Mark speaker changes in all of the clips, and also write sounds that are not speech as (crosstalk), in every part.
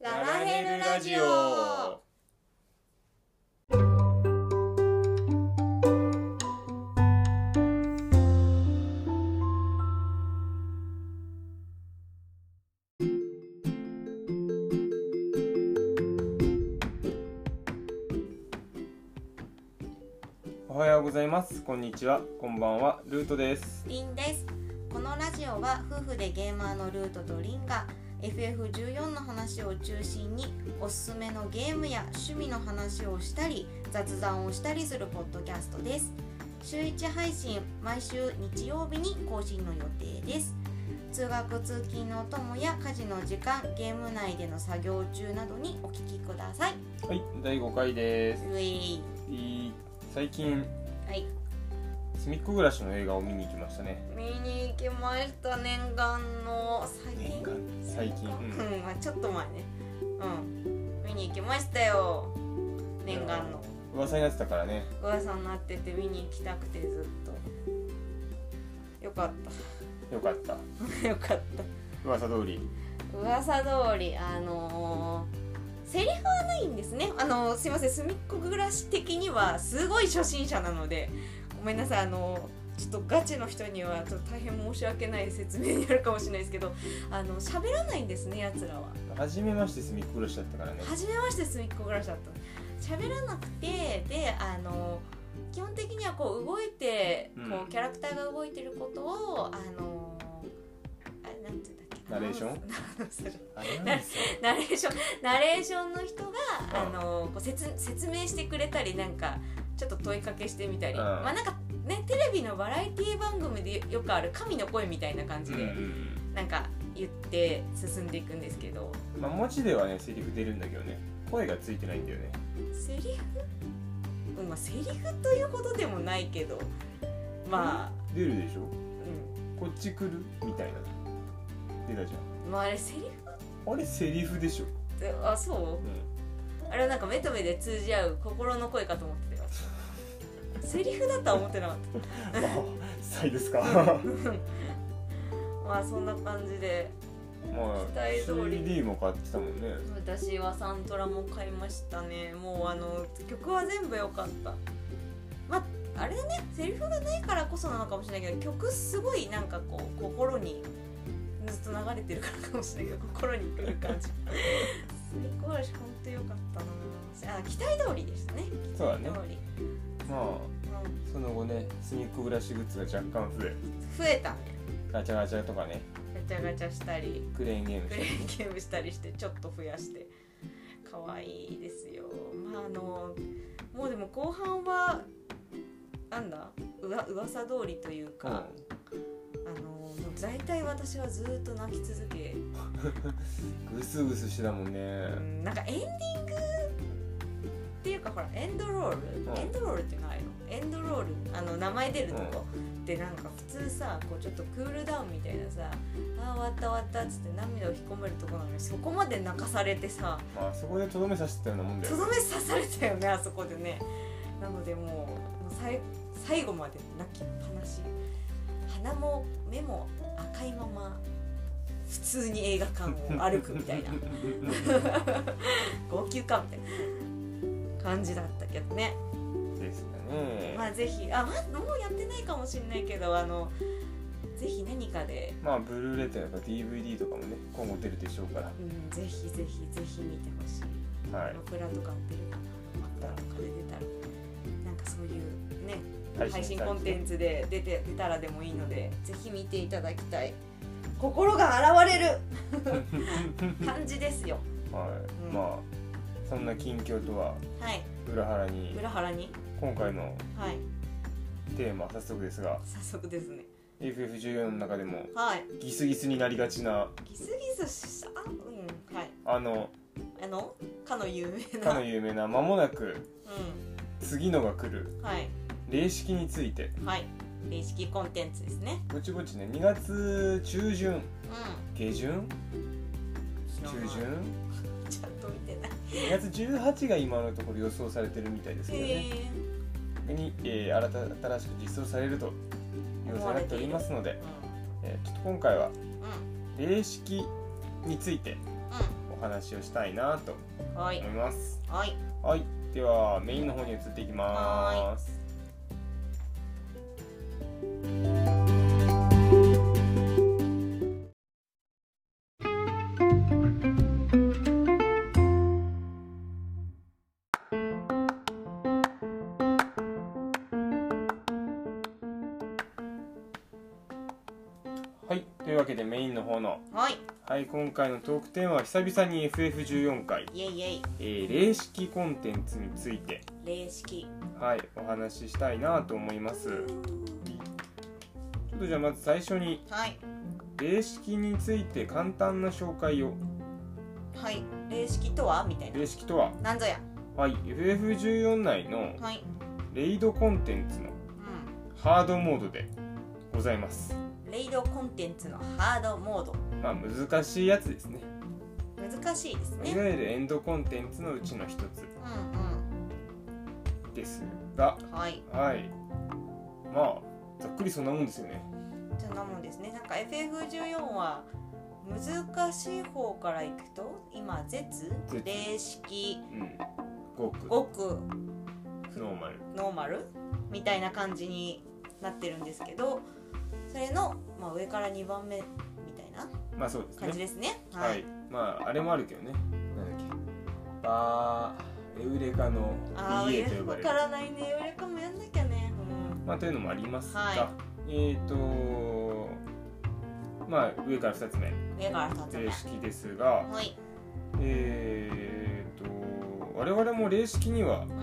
Speaker 1: ネルラジオ
Speaker 2: おはようございますこんにちはこんばんはルートです
Speaker 1: リンですこのラジオは夫婦でゲーマーのルートとリンが FF14 の話を中心におすすめのゲームや趣味の話をしたり雑談をしたりするポッドキャストです週1配信毎週日曜日に更新の予定です通学通勤のお供や家事の時間ゲーム内での作業中などにお聞きください
Speaker 2: はい第5回です
Speaker 1: うえい
Speaker 2: いい最近
Speaker 1: はい
Speaker 2: 隅っこ暮らしの映画を見に行きましたね
Speaker 1: 見に行きました念願の最近
Speaker 2: 最近、うん
Speaker 1: うん、まあちょっと前ねうん見に行きましたよ念願の
Speaker 2: 噂になってたからね
Speaker 1: 噂になってて見に行きたくてずっとよかっ
Speaker 2: よかった
Speaker 1: た (laughs) よかっ
Speaker 2: 噂通り
Speaker 1: た噂通りあのーセリフはないんですねあのーすいません隅っこ暮らし的にはすごい初心者なのでごめんなさいあのーちょっとガチの人にはちょっと大変申し訳ない説明になるかもしれないですけどあの喋らないんですねやつらは
Speaker 2: 初めまして隅っこ暮らしだったからね
Speaker 1: 初めまして隅っこ暮らしだったの喋らなくてであの基本的にはこう動いて、こ
Speaker 2: うん
Speaker 1: うキャラクターが動いてることをあのあれなんて言うんだっけ
Speaker 2: ナレーション
Speaker 1: アナウンス
Speaker 2: あれなん (laughs) ですよ
Speaker 1: ナレーションナレーションの人が、
Speaker 2: うん
Speaker 1: あのこう説説明してくれたりなんかちょっと問いかけしてみたり、
Speaker 2: うん
Speaker 1: まあなんかねテレビのバラエティ番組でよくある神の声みたいな感
Speaker 2: う
Speaker 1: じ
Speaker 2: んう
Speaker 1: で、
Speaker 2: ん
Speaker 1: なんか言って進んでいくんですけど
Speaker 2: うんまあ文字ではねセリフ出るんだけどね声がついてないんだよね
Speaker 1: セリフ、うん、まあセリフというほどでもないけどまあ、
Speaker 2: 出るでしょ
Speaker 1: う
Speaker 2: こっち来るみたいな出たじゃ
Speaker 1: ん、まああれセリフ
Speaker 2: んあれセリフでしょ、
Speaker 1: ってあそ
Speaker 2: うん、
Speaker 1: うあれはなんか目と目で通じ合う心の声かと思ってたよ
Speaker 2: (laughs)
Speaker 1: セリフだとは思ってなかっ
Speaker 2: あサイです (laughs) か
Speaker 1: たうんまあそんな感じで
Speaker 2: まあ、
Speaker 1: 期待通り
Speaker 2: CD も買ってたもんね
Speaker 1: 私はサントラも買いましたねもうあの曲は全部良かったまああれねセリフがないからこそなのかもしれないけど曲すごいなんかこう心にずっと流れてるからかもしれないけど心にくる感じ最高だし本当良かったなあ期待通りでしたね
Speaker 2: そうだね
Speaker 1: 通り、
Speaker 2: まあ
Speaker 1: うん、
Speaker 2: その後ねスニック暮らしグッズが若干増え
Speaker 1: 増えたね
Speaker 2: ガチャガチャとかね
Speaker 1: ガチャガチャしたり
Speaker 2: クレーンゲーム
Speaker 1: ク
Speaker 2: し
Speaker 1: レ
Speaker 2: て
Speaker 1: ーンゲームしたりしてちょっと増やして可愛いですよまああのもうでも後半はなんだうわ噂通りというか、あのもう大体私はずっと泣き続け、
Speaker 2: うんグスグスしてたもんね
Speaker 1: うんなんかエンディングっていうかほらエンドロール、
Speaker 2: うん
Speaker 1: エンドロールっていうのはあるのエンドロールあの名前出るとこ、でなんか普通さこうちょっとクールダウンみたいなさあー終わった終わったっつって涙を引っ込めるとこなのにそこまで泣かされてさ
Speaker 2: まあそこでとどめさせてたようなもんだ
Speaker 1: と
Speaker 2: よ
Speaker 1: どめ刺されたよねあそこでねなのでもうもうさい最後まで泣きっぱなし鼻も目も赤いまま普通に映画館を歩くみ
Speaker 2: (laughs)
Speaker 1: たいな号泣かみたいな感じだったけどね
Speaker 2: ですかね
Speaker 1: まあぜひあ、ま、もうやってないかもしれないけどあのぜひ何かで、
Speaker 2: まあブルーレイとか DVD とかもね今後出るでしょうから
Speaker 1: うん、ぜひぜひぜひ見てほしい。
Speaker 2: はい
Speaker 1: マクラとか売ってるかなマクラとかで出たらなんかそういうね配信コンテン
Speaker 2: ツ
Speaker 1: ツで出て出たらでもいいのでぜひ見ていただきたい心が現れ (laughs) る感じですよ
Speaker 2: はい、
Speaker 1: うん
Speaker 2: まあそんな近況とは
Speaker 1: はい
Speaker 2: 裏腹に
Speaker 1: 裏原に
Speaker 2: 今回の
Speaker 1: はい
Speaker 2: テーマ早速ですが
Speaker 1: 早速ですね
Speaker 2: FF14 の中でも
Speaker 1: はい
Speaker 2: ギスギスになりがちな
Speaker 1: ギスギスしたあうんはい
Speaker 2: あの
Speaker 1: あのかの有名な
Speaker 2: かの有名な「間もなく
Speaker 1: う
Speaker 2: 次のが来る
Speaker 1: んはい」
Speaker 2: 霊式について
Speaker 1: はい電式コンテンツですね
Speaker 2: ぼちぼちね2月中旬
Speaker 1: うん
Speaker 2: 下旬
Speaker 1: 知らない
Speaker 2: 中旬
Speaker 1: ちゃんと見てない
Speaker 2: 2月18が今のところ予想されてるみたいですけど
Speaker 1: へ
Speaker 2: ね、
Speaker 1: え
Speaker 2: に、えー新しく実装されると予想されておりますので、えーちょっと今回は
Speaker 1: うんうん
Speaker 2: 霊式について
Speaker 1: う
Speaker 2: お話をしたいなと
Speaker 1: は
Speaker 2: 思
Speaker 1: い
Speaker 2: います
Speaker 1: はい
Speaker 2: はいではメインの方に移っていきますはいというわけでメインの方の
Speaker 1: はい
Speaker 2: はい今回のトークテーマは久々に FF14 回
Speaker 1: イエイイエイ
Speaker 2: えー霊式コンテンツについて、
Speaker 1: 霊式
Speaker 2: はい、お話ししたいなと思いますちょっとじゃあまず最初に
Speaker 1: はい
Speaker 2: 霊式について簡単な紹介を
Speaker 1: はい霊式とはみたいな
Speaker 2: 霊式とは、
Speaker 1: なんぞや
Speaker 2: はい、FF14 内の
Speaker 1: はい
Speaker 2: レイドコンテンツ
Speaker 1: う
Speaker 2: のハードモードでございます
Speaker 1: んレイドコンテンツのハードモード
Speaker 2: まあ難しいやつですね
Speaker 1: 難しいです
Speaker 2: い
Speaker 1: ね
Speaker 2: わゆるエンドコンテンツのうちの一つ
Speaker 1: うん
Speaker 2: ですが
Speaker 1: うんはい
Speaker 2: はいまあざっくりそんなもんですよね
Speaker 1: そんなもんですねなんか FF14 は難しい方からいくと今絶
Speaker 2: 絶
Speaker 1: 霊式
Speaker 2: うんごく
Speaker 1: ごく
Speaker 2: ノーマル
Speaker 1: ノーマルみたいな感じになってるんですけどそれの、まあ、上から2番目みたいな
Speaker 2: まあそうですね
Speaker 1: 感じですね
Speaker 2: はい、
Speaker 1: はい、
Speaker 2: まああれもあるけどねなんだっけバーエウレカの
Speaker 1: ああ
Speaker 2: EA と呼ば
Speaker 1: わ
Speaker 2: れる
Speaker 1: からないねウレカもやんなきゃね、うん
Speaker 2: まあというのもありますが、
Speaker 1: は
Speaker 2: えっ、ー、とまあ上から2つ目
Speaker 1: 上から2つ目
Speaker 2: 霊式ですが
Speaker 1: はい
Speaker 2: えっ、ー、と我々も霊式には
Speaker 1: うんう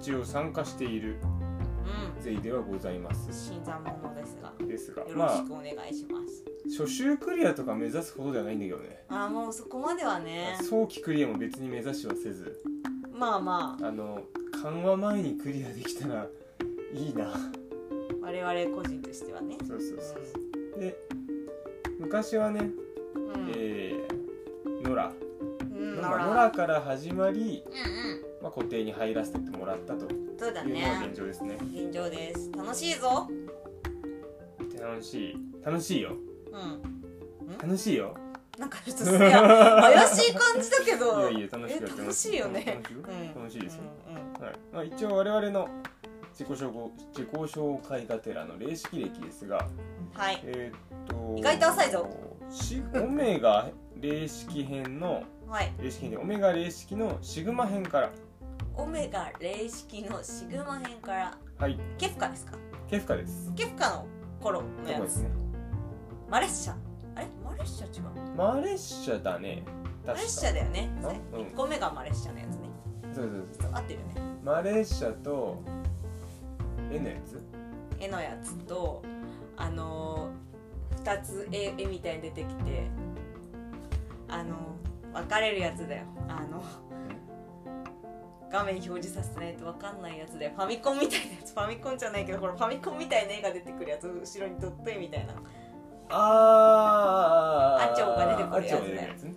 Speaker 2: 一応参加している
Speaker 1: ん
Speaker 2: 税ではございます
Speaker 1: 新参者ですが
Speaker 2: ですが
Speaker 1: よ
Speaker 2: ま
Speaker 1: ろ
Speaker 2: あ
Speaker 1: しくお願いします、
Speaker 2: 初週クリアとか目指すほどではないんだけどね
Speaker 1: ああもうそこまではね
Speaker 2: 早期クリアも別に目指しはせず
Speaker 1: まあまあ
Speaker 2: あの緩和前にクリアできたらいいな
Speaker 1: 我々個人としてはね
Speaker 2: そうそうそうそうで昔はね、
Speaker 1: うんうん
Speaker 2: えー、ノラ、
Speaker 1: うん
Speaker 2: まあ
Speaker 1: なら
Speaker 2: ノラから始まり、
Speaker 1: うん
Speaker 2: まあ、固定に入らせてもらったという
Speaker 1: うんそうだ
Speaker 2: のが
Speaker 1: ね
Speaker 2: 現状ですね
Speaker 1: 現状です楽しいぞ
Speaker 2: 楽しい楽しいよ
Speaker 1: うん
Speaker 2: 楽しいよ
Speaker 1: なんかちょっとす
Speaker 2: (laughs)
Speaker 1: げえ怪しい感じだけ
Speaker 2: い
Speaker 1: ど
Speaker 2: やいや楽しくやっ
Speaker 1: え
Speaker 2: てま
Speaker 1: 楽
Speaker 2: す
Speaker 1: しいよね
Speaker 2: 楽しいよ
Speaker 1: うん
Speaker 2: 楽しいですよ、
Speaker 1: うんうん
Speaker 2: はいまあ、一応我々の自己紹介自己紹介がてらの霊式歴ですが
Speaker 1: はい
Speaker 2: えーっと
Speaker 1: 意外と浅いぞ
Speaker 2: しオメガ (laughs) 霊式編の
Speaker 1: はい
Speaker 2: 霊式編でオメガ霊式のシグマ編から
Speaker 1: オメガ霊式のシグマ編から
Speaker 2: はい
Speaker 1: ケフカですか
Speaker 2: ケフカです
Speaker 1: ケフカの頃の
Speaker 2: とこ
Speaker 1: や
Speaker 2: です
Speaker 1: つ
Speaker 2: ね
Speaker 1: マレッシャあれマレッシャ違う
Speaker 2: マレッシャだね
Speaker 1: マレッシャだよね
Speaker 2: あうん
Speaker 1: 1個目がマレッシャのやつね
Speaker 2: そうそうそう
Speaker 1: 合ってるよね
Speaker 2: マレッシャと絵のやつ
Speaker 1: 絵のやつとあのー、2つ絵絵みたいに出てきてあのー、分かれるやつだよあの画面表示させてないと分かんないやつでファミコンみたいなやつファミコンじゃないけどほらファミコンみたいな絵が出てくるやつ後ろにドット絵みたいな、
Speaker 2: あー
Speaker 1: アチョウが出てくるやつね
Speaker 2: アチョウが出てくるやつね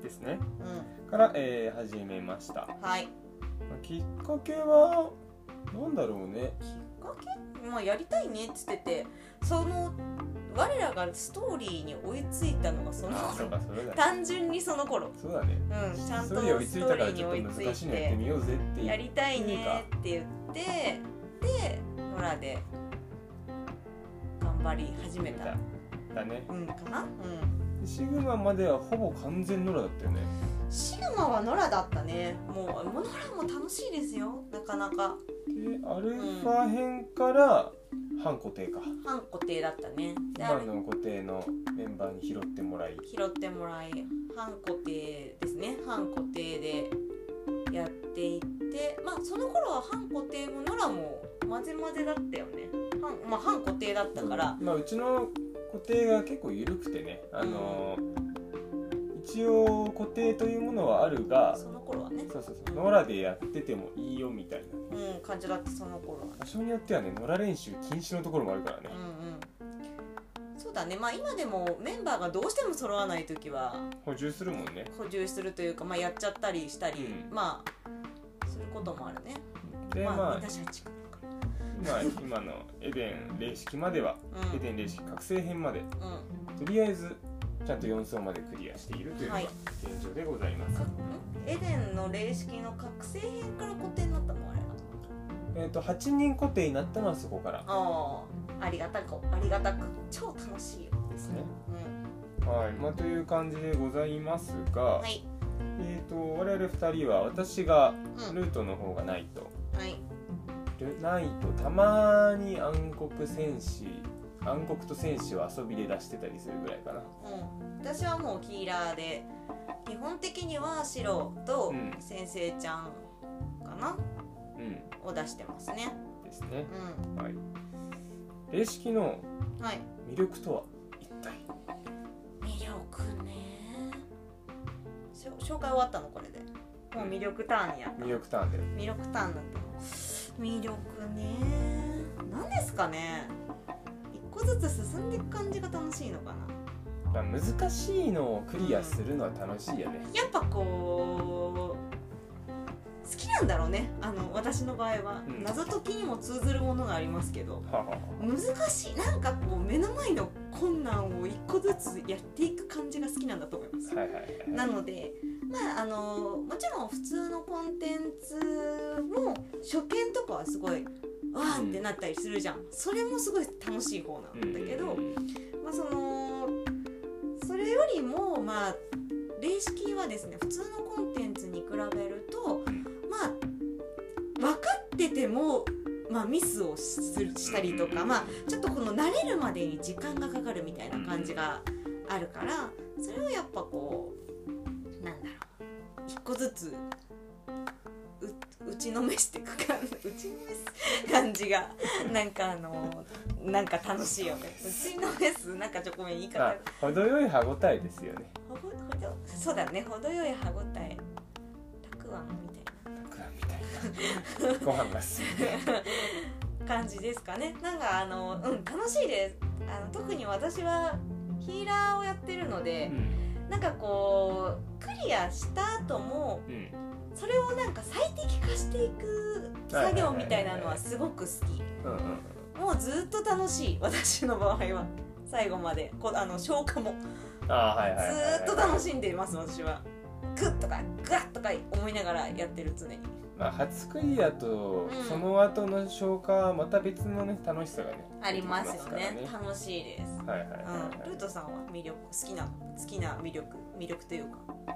Speaker 1: う
Speaker 2: ですね
Speaker 1: んう
Speaker 2: から、えー始めました、ま
Speaker 1: ん、はい
Speaker 2: あきっかけはなんだろうね
Speaker 1: きっかけまあやりたいねっつっててその我らがストーリーに追いついたのがその
Speaker 2: あそう
Speaker 1: 頃
Speaker 2: かそれだね
Speaker 1: 単純にその頃
Speaker 2: そうだね
Speaker 1: うんちゃんと
Speaker 2: それより追いついたから
Speaker 1: ストーリー
Speaker 2: ち
Speaker 1: に
Speaker 2: ょ
Speaker 1: 追い
Speaker 2: っ
Speaker 1: つ
Speaker 2: と
Speaker 1: いて
Speaker 2: 難しいのやってみようぜって
Speaker 1: やりたいね
Speaker 2: か
Speaker 1: って言ってでノラで頑張り始めた
Speaker 2: だね
Speaker 1: うんかなうん
Speaker 2: でシグマまではほぼ完全ノラだったよね
Speaker 1: シグマはノラだったねもうもうノラも楽しいですよなかなか
Speaker 2: でアルファ編から半固定か、
Speaker 1: 半固定だったねであ
Speaker 2: 今
Speaker 1: れ
Speaker 2: の固定のメンバーに拾ってもらい
Speaker 1: 拾ってもらい半固定ですね半固定でやっていってまあその頃は半固定もノラも混ぜ混ぜだったよね半まあ半固定だったから
Speaker 2: まあ、うちの固定が結構緩くてねあのー、一応固定というものはあるが
Speaker 1: その頃はね
Speaker 2: そうそうそう野良でやっててもいいよみたいな
Speaker 1: うん感じだったその頃は
Speaker 2: 場所によってはね野良練習禁止のところもあるからね
Speaker 1: うんうんそうだねまあ今でもメンバーがどうしても揃わない時は
Speaker 2: 補充するもんね
Speaker 1: 補充するというか、まあ、やっちゃったりしたり、
Speaker 2: うん
Speaker 1: まあすることもあるね
Speaker 2: で
Speaker 1: まあ、
Speaker 2: まあ
Speaker 1: みんな社畜だか
Speaker 2: 今今のエデン霊式までは
Speaker 1: らうん
Speaker 2: エデン霊式覚醒編まで
Speaker 1: うん
Speaker 2: とりあえずちゃんと4層までクリアしているというの
Speaker 1: は
Speaker 2: が
Speaker 1: い
Speaker 2: 現状でございます、
Speaker 1: かんエデンの霊式の覚醒編から固定になったのあれ
Speaker 2: えー、と8人固定になったのはそこから
Speaker 1: ああありがたくありがたく超楽しいよ、
Speaker 2: ですね、
Speaker 1: うん、
Speaker 2: はいまあ、という感じでございますが、
Speaker 1: はい
Speaker 2: えー、と我々2人は私が
Speaker 1: うん
Speaker 2: ルートの方がないと、
Speaker 1: はい
Speaker 2: ルないとたまに暗黒戦士暗黒と戦士は遊びで出してたりするぐらいかな
Speaker 1: うん、私はもうヒーラーで基本的には白と
Speaker 2: うん
Speaker 1: 先生ちゃんかな、
Speaker 2: うん
Speaker 1: を出してますね
Speaker 2: ですね
Speaker 1: う
Speaker 2: はい霊式の
Speaker 1: んはい
Speaker 2: 魅力とは一体
Speaker 1: 魅力ねしょ紹介終わったのこれでもう魅力ターンや
Speaker 2: 魅力ターンで
Speaker 1: 魅力ターンだったの魅力ね何ですかね一個ずつ進んでいく感じが楽しいのかな
Speaker 2: まあ難しいのをクリアするのは楽しいよね
Speaker 1: やっぱこう好きなんだろうねあの私の場合は、
Speaker 2: うん
Speaker 1: 謎解きにも通ずるものがありますけど
Speaker 2: ははは
Speaker 1: 難しいなんかこう目の前の困難を一個ずつやっていく感じが好きなんだと思います、
Speaker 2: はいはいはい
Speaker 1: なのでまああのもちろん普通のコンテンツも初見とかはすごいわーってなったりするじゃん、それもすごい楽しい方なんだけど、
Speaker 2: うん
Speaker 1: まあ、そのそれよりもまあ霊式はですね普通のコンテンツに比べると
Speaker 2: うん
Speaker 1: まあ分かってても、まあ、ミスをするしたりとか、まあ、ちょっとこの慣れるまでに時間がかかるみたいな感じがあるからそれをやっぱこうなんだろう一個ずつう打ちのめしていく感じ (laughs) 打ちのめす感じがなんかあのなんか楽しいよね打ちのめすなんかちょっとごめん言い
Speaker 2: まあ
Speaker 1: 方
Speaker 2: 程よい歯ごたえですよね
Speaker 1: ほほほどそうだね程よい歯ごたえたくあんみたいな。
Speaker 2: 僕らみたいなご飯が進む
Speaker 1: 感じですかねなんかあのうん楽しいですあの特に私はヒーラーをやってるの (laughs) で、なんかこうクリアした後も
Speaker 2: うんうん
Speaker 1: それをなんか最適化していく作業みたいなのはすごく好き
Speaker 2: うんうん
Speaker 1: もうずっと楽しい私の場合は最後までこあの消化も
Speaker 2: あーはい
Speaker 1: ず
Speaker 2: はいはいはい
Speaker 1: ーっと楽しんでいます私はグッとかグワッとか思いながらやってる常に
Speaker 2: まあ、初クリアと
Speaker 1: うん
Speaker 2: その後の消化はまた別のね楽しさがね
Speaker 1: ありますよ
Speaker 2: 出てき
Speaker 1: ね
Speaker 2: か
Speaker 1: 楽しいです
Speaker 2: らはいはいはい、は
Speaker 1: うん、ルートさんは魅力好きな好きな魅力魅力というか
Speaker 2: い、ま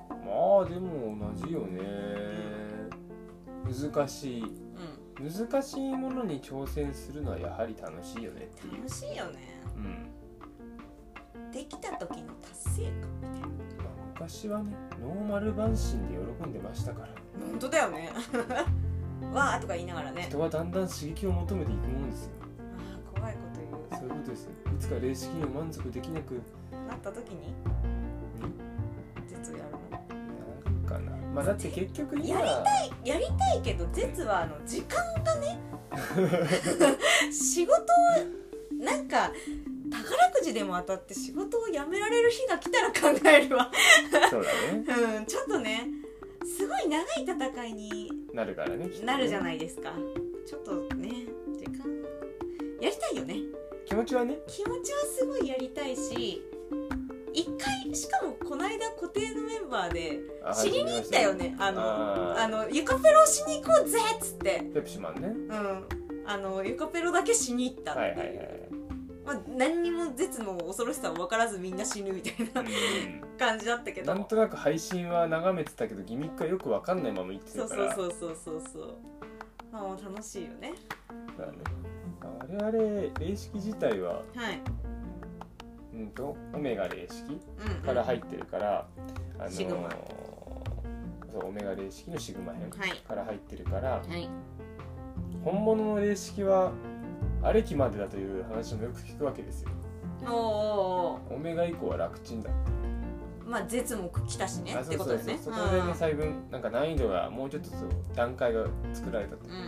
Speaker 2: あでも同じよね難しい
Speaker 1: うん
Speaker 2: 難しいものに挑戦するのはやはり楽しいよねっていう
Speaker 1: 楽、しいよね
Speaker 2: うん
Speaker 1: できた時の達成感みたい
Speaker 2: まあ、昔はねノーマル版身で喜んでましたから
Speaker 1: な本当だよね (laughs) わーとか言いながらね
Speaker 2: 人はだんだん刺激を求めていくもんですよ
Speaker 1: あー怖いこと言う
Speaker 2: そういうことですよいつか霊式にも満足できなく
Speaker 1: なった時に絶やるの
Speaker 2: なるかなまあだって結局今
Speaker 1: やりやりたいけど絶はあの時間がね仕事をなんか宝くじでも当たって仕事を辞められる日が来たら考えるわ
Speaker 2: そうだね
Speaker 1: うん、ちょっとねすごい長い戦いに
Speaker 2: なるからねきっとね
Speaker 1: なるじゃないですかちょっとね時間やりたいよね
Speaker 2: 気持ちはね
Speaker 1: 気持ちはすごいやりたいし一回しかもこの間固定のメンバーで知りに行ったよねあの
Speaker 2: あ
Speaker 1: あ
Speaker 2: ー
Speaker 1: のゆかペロしに行こうぜっつって
Speaker 2: ペプシマンね
Speaker 1: うんあのゆかペロだけしに行ったって、
Speaker 2: はいいうはいはい
Speaker 1: まあ、何にも絶の恐ろしさを分からずみんな死ぬみたいな
Speaker 2: う
Speaker 1: 感じだったけ (laughs)
Speaker 2: ん
Speaker 1: ど
Speaker 2: なんとなく配信は眺めてたけどギミックはよくわかんないまま行って
Speaker 1: そ
Speaker 2: た
Speaker 1: う
Speaker 2: か
Speaker 1: そう
Speaker 2: ら
Speaker 1: そうそうそうそうまあもう楽しいよね
Speaker 2: だねあれあれ霊式自体は
Speaker 1: はい
Speaker 2: うんとオメガ霊式
Speaker 1: うんうん
Speaker 2: から入ってるから、あの
Speaker 1: シグマ
Speaker 2: そうオメガ霊式のシグマ編
Speaker 1: はい
Speaker 2: から入ってるから
Speaker 1: はい
Speaker 2: 本物の霊式はあれ期までだという話もよく聞くわけですよ
Speaker 1: おーおーお
Speaker 2: オメガ以降は楽ちんだって
Speaker 1: ーまあ絶も来たしね
Speaker 2: あ
Speaker 1: ってことですね
Speaker 2: そうそうそうそこでね細分なんか難易度がもうちょっとそう段階が作られたと
Speaker 1: うんうんうん
Speaker 2: っ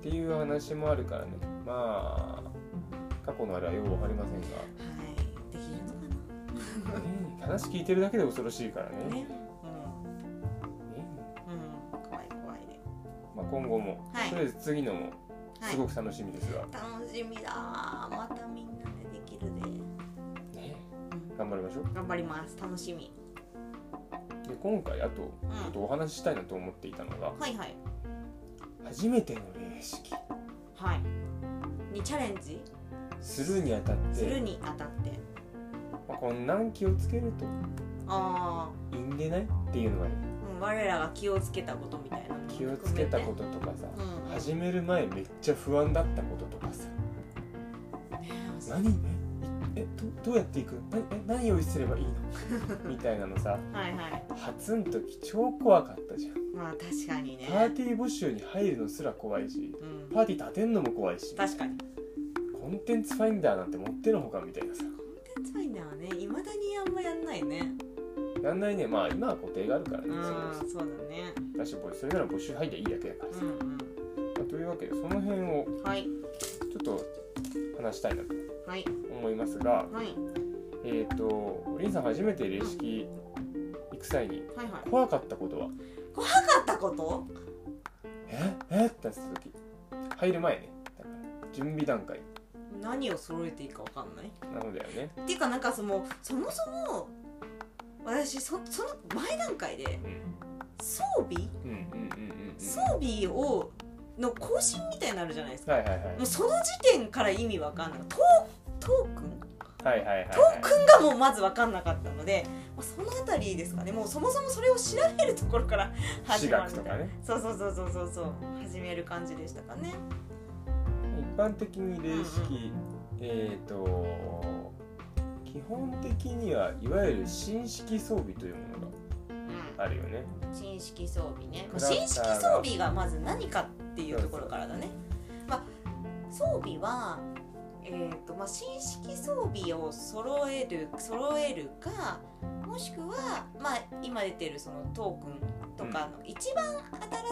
Speaker 2: ていう話もあるからねまあ過去のあれはよう分かりませんが、
Speaker 1: はいできるのか
Speaker 2: ね話聞いてるだけで恐ろしいからね
Speaker 1: なね
Speaker 2: ね
Speaker 1: うんうん怖い怖いね
Speaker 2: まあ、今後も、
Speaker 1: はい
Speaker 2: とりあえず次のも
Speaker 1: は
Speaker 2: す
Speaker 1: い
Speaker 2: ごく楽しみですが、
Speaker 1: 楽しみだまたみんなでできるで、うん
Speaker 2: ね頑張りましょう
Speaker 1: 頑張ります楽しみ
Speaker 2: で今回あとち
Speaker 1: うん
Speaker 2: ょっとお話ししたいなと思っていたのが
Speaker 1: はいはい
Speaker 2: 初めての礼式
Speaker 1: はいにチャレンジ
Speaker 2: するにあたっ
Speaker 1: する
Speaker 2: て、
Speaker 1: にあたって
Speaker 2: まあ、こんなん気をつける
Speaker 1: ああ
Speaker 2: といいんでないっていうのがね
Speaker 1: うん我らが気をつけたことみたいなのも
Speaker 2: 気
Speaker 1: 含
Speaker 2: を
Speaker 1: めて
Speaker 2: つけたこととかさ
Speaker 1: うん
Speaker 2: 始める前めっちゃ不安だったこととかさ
Speaker 1: ね
Speaker 2: 何ええどどうやっていくなえ何用意すれ
Speaker 1: (laughs)
Speaker 2: ばいいのみたいなのさ
Speaker 1: はいはい
Speaker 2: 初ん時超怖かったじゃん
Speaker 1: まあ確かにね
Speaker 2: パーティー募集に入るのすら怖いし
Speaker 1: うん
Speaker 2: パーティー立てんのも怖いし
Speaker 1: 確かに
Speaker 2: コンテンツファインダーなんて持ってのほかみたいなさ
Speaker 1: コンテンツファインダーはねいまだにあんまやんないね
Speaker 2: なんないねまあ今は固定があるからね
Speaker 1: う
Speaker 2: その
Speaker 1: んそうだね
Speaker 2: だしそれなら募集入りゃいいだけだから
Speaker 1: う
Speaker 2: さ、
Speaker 1: ん
Speaker 2: まあというわけでその辺を
Speaker 1: うんはい
Speaker 2: ちょっと話したいなと
Speaker 1: はい
Speaker 2: 思いますが
Speaker 1: はい
Speaker 2: えっ、とリンさん初めて礼式行く際に
Speaker 1: はいはい
Speaker 2: 怖かったことは
Speaker 1: あったこと
Speaker 2: ええってなった時入る前ねだから準備段階
Speaker 1: 何を揃えていいかわかんない
Speaker 2: なのだよね
Speaker 1: っていうかなんかそのそもそも私そその前段階で
Speaker 2: うん
Speaker 1: 装備
Speaker 2: うんうんうんうんうん
Speaker 1: 装備をの更新みたいになるじゃないですか
Speaker 2: はいはいはい
Speaker 1: もうその時点から意味わかんないトートークン
Speaker 2: はいはいはいはい
Speaker 1: トークンがもうまずわかんなかったのでまあそのあたりですかねもうそもそもそれを調べるところから始
Speaker 2: 私
Speaker 1: まるみたい
Speaker 2: 学と
Speaker 1: な
Speaker 2: かね
Speaker 1: そうそうそうそうそうそう始める感じでしたかね
Speaker 2: 一般的に礼式、えっ、と基本的にはいわゆる新式装備というもの
Speaker 1: うん
Speaker 2: があるよね
Speaker 1: 新式装備ね、まあ、
Speaker 2: クラッカ
Speaker 1: 新
Speaker 2: ーが
Speaker 1: 式装備がまず何かっていうところからだね、まあ、装備は、えーとまあ、新式装備を揃える揃えるかもしくは、まあ、今出てるそのトークンとかの一番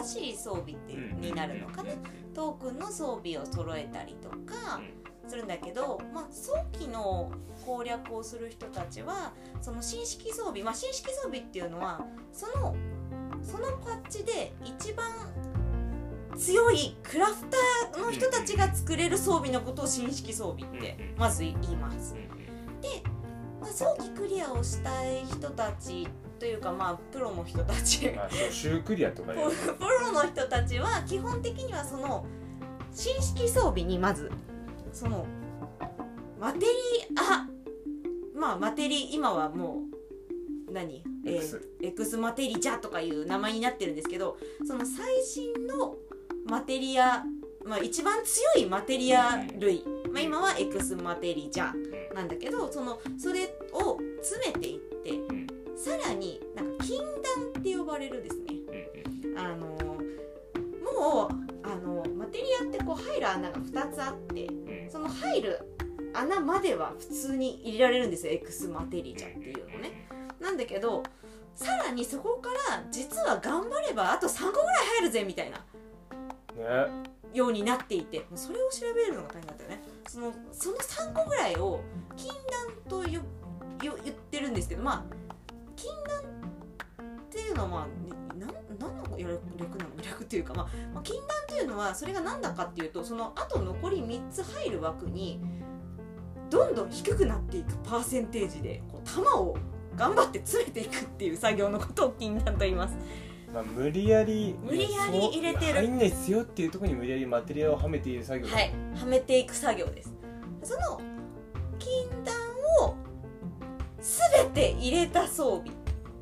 Speaker 1: 新しい装備ってになるのかな、トークンの装備を揃えたりとかするんだけど、まあ、早期の攻略をする人たちはその新式装備、まあ、新式装備っていうのはそのそのパッチで一番強いクラフターの人たちが作れる装備のことを新式装備って
Speaker 2: うんうん
Speaker 1: まず言います
Speaker 2: うん、うん
Speaker 1: まあ、早期クリアをしたい人たちというかまあプロの人たち
Speaker 2: まあ初週クリアとか
Speaker 1: プ
Speaker 2: いうの
Speaker 1: ロプロの人たちは基本的にはその新式装備にまずそのマテリアまあマテリ今はもう何え
Speaker 2: X
Speaker 1: ー、X マテリジャとかいう名前になってるんですけどその最新のマテリア、まあ、一番強いマテリア類、まあ、今は X マテリジャ
Speaker 2: う
Speaker 1: なんだけどそのそれを詰めていって
Speaker 2: ん
Speaker 1: さらになんか禁断って呼ばれるですね
Speaker 2: うんうん
Speaker 1: あのもうあのマテリアってこう入る穴が2つあって
Speaker 2: うん
Speaker 1: その入る穴までは普通に入れられるんですよ X マテリジャっていうのね。なんだけどさらにそこから実は頑張ればあと3個ぐらい入るぜみたいな
Speaker 2: ね
Speaker 1: ようになっていてもうそれを調べるのが大変だったよねそのその3個ぐらいを禁断とよよ言ってるんですけどまあ禁断っていうのはまあねなん何の略略なの略っていうか、まあ、まあ禁断というのはそれが何だかっていうとそのあと残り3つ入る枠にどんどん低くなっていくパーセンテージでこう玉を頑張って詰めていくっていう作業のことを禁断と言います。
Speaker 2: まあ、無理やり
Speaker 1: 無理やり入れてる
Speaker 2: 入んないっすよっていうところに無理やりマテリアをはめている作業、
Speaker 1: はい、はめていく作業ですその禁断を全て入れた装備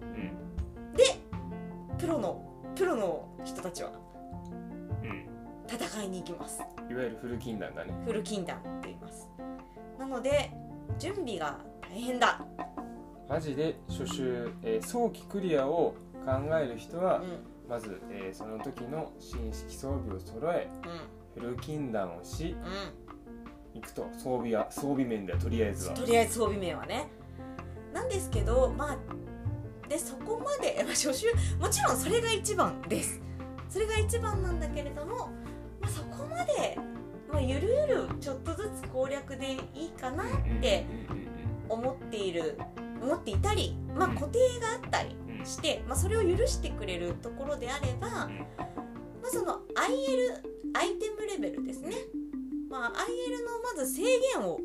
Speaker 2: うん
Speaker 1: プロのプロの人たちは
Speaker 2: う
Speaker 1: 戦いに行きます
Speaker 2: ん、いわゆるフル禁断だね
Speaker 1: フル禁断って言いますなので準備が大変だ、
Speaker 2: マジで初週、えー早期クリアを考える人
Speaker 1: う
Speaker 2: は
Speaker 1: ん、うん
Speaker 2: まず、えーその時の新式装備を揃えフル禁断をしいくと装備は装備面ではとりあえずは
Speaker 1: とりあえず装備面はねなんですけどまあでそこまでまあ初週もちろんそれが一番ですそれが一番なんだけれども、まあ、そこまで、まあ、ゆるゆるちょっとずつ攻略でいいかなって
Speaker 2: うんうん
Speaker 1: 思っている思っていたり、まあ、固定があったり
Speaker 2: うんうんうん
Speaker 1: して、まあ、それを許してくれるところであれば、まあ、その IL アイテムレベルですね、まあ、IL のまず制限を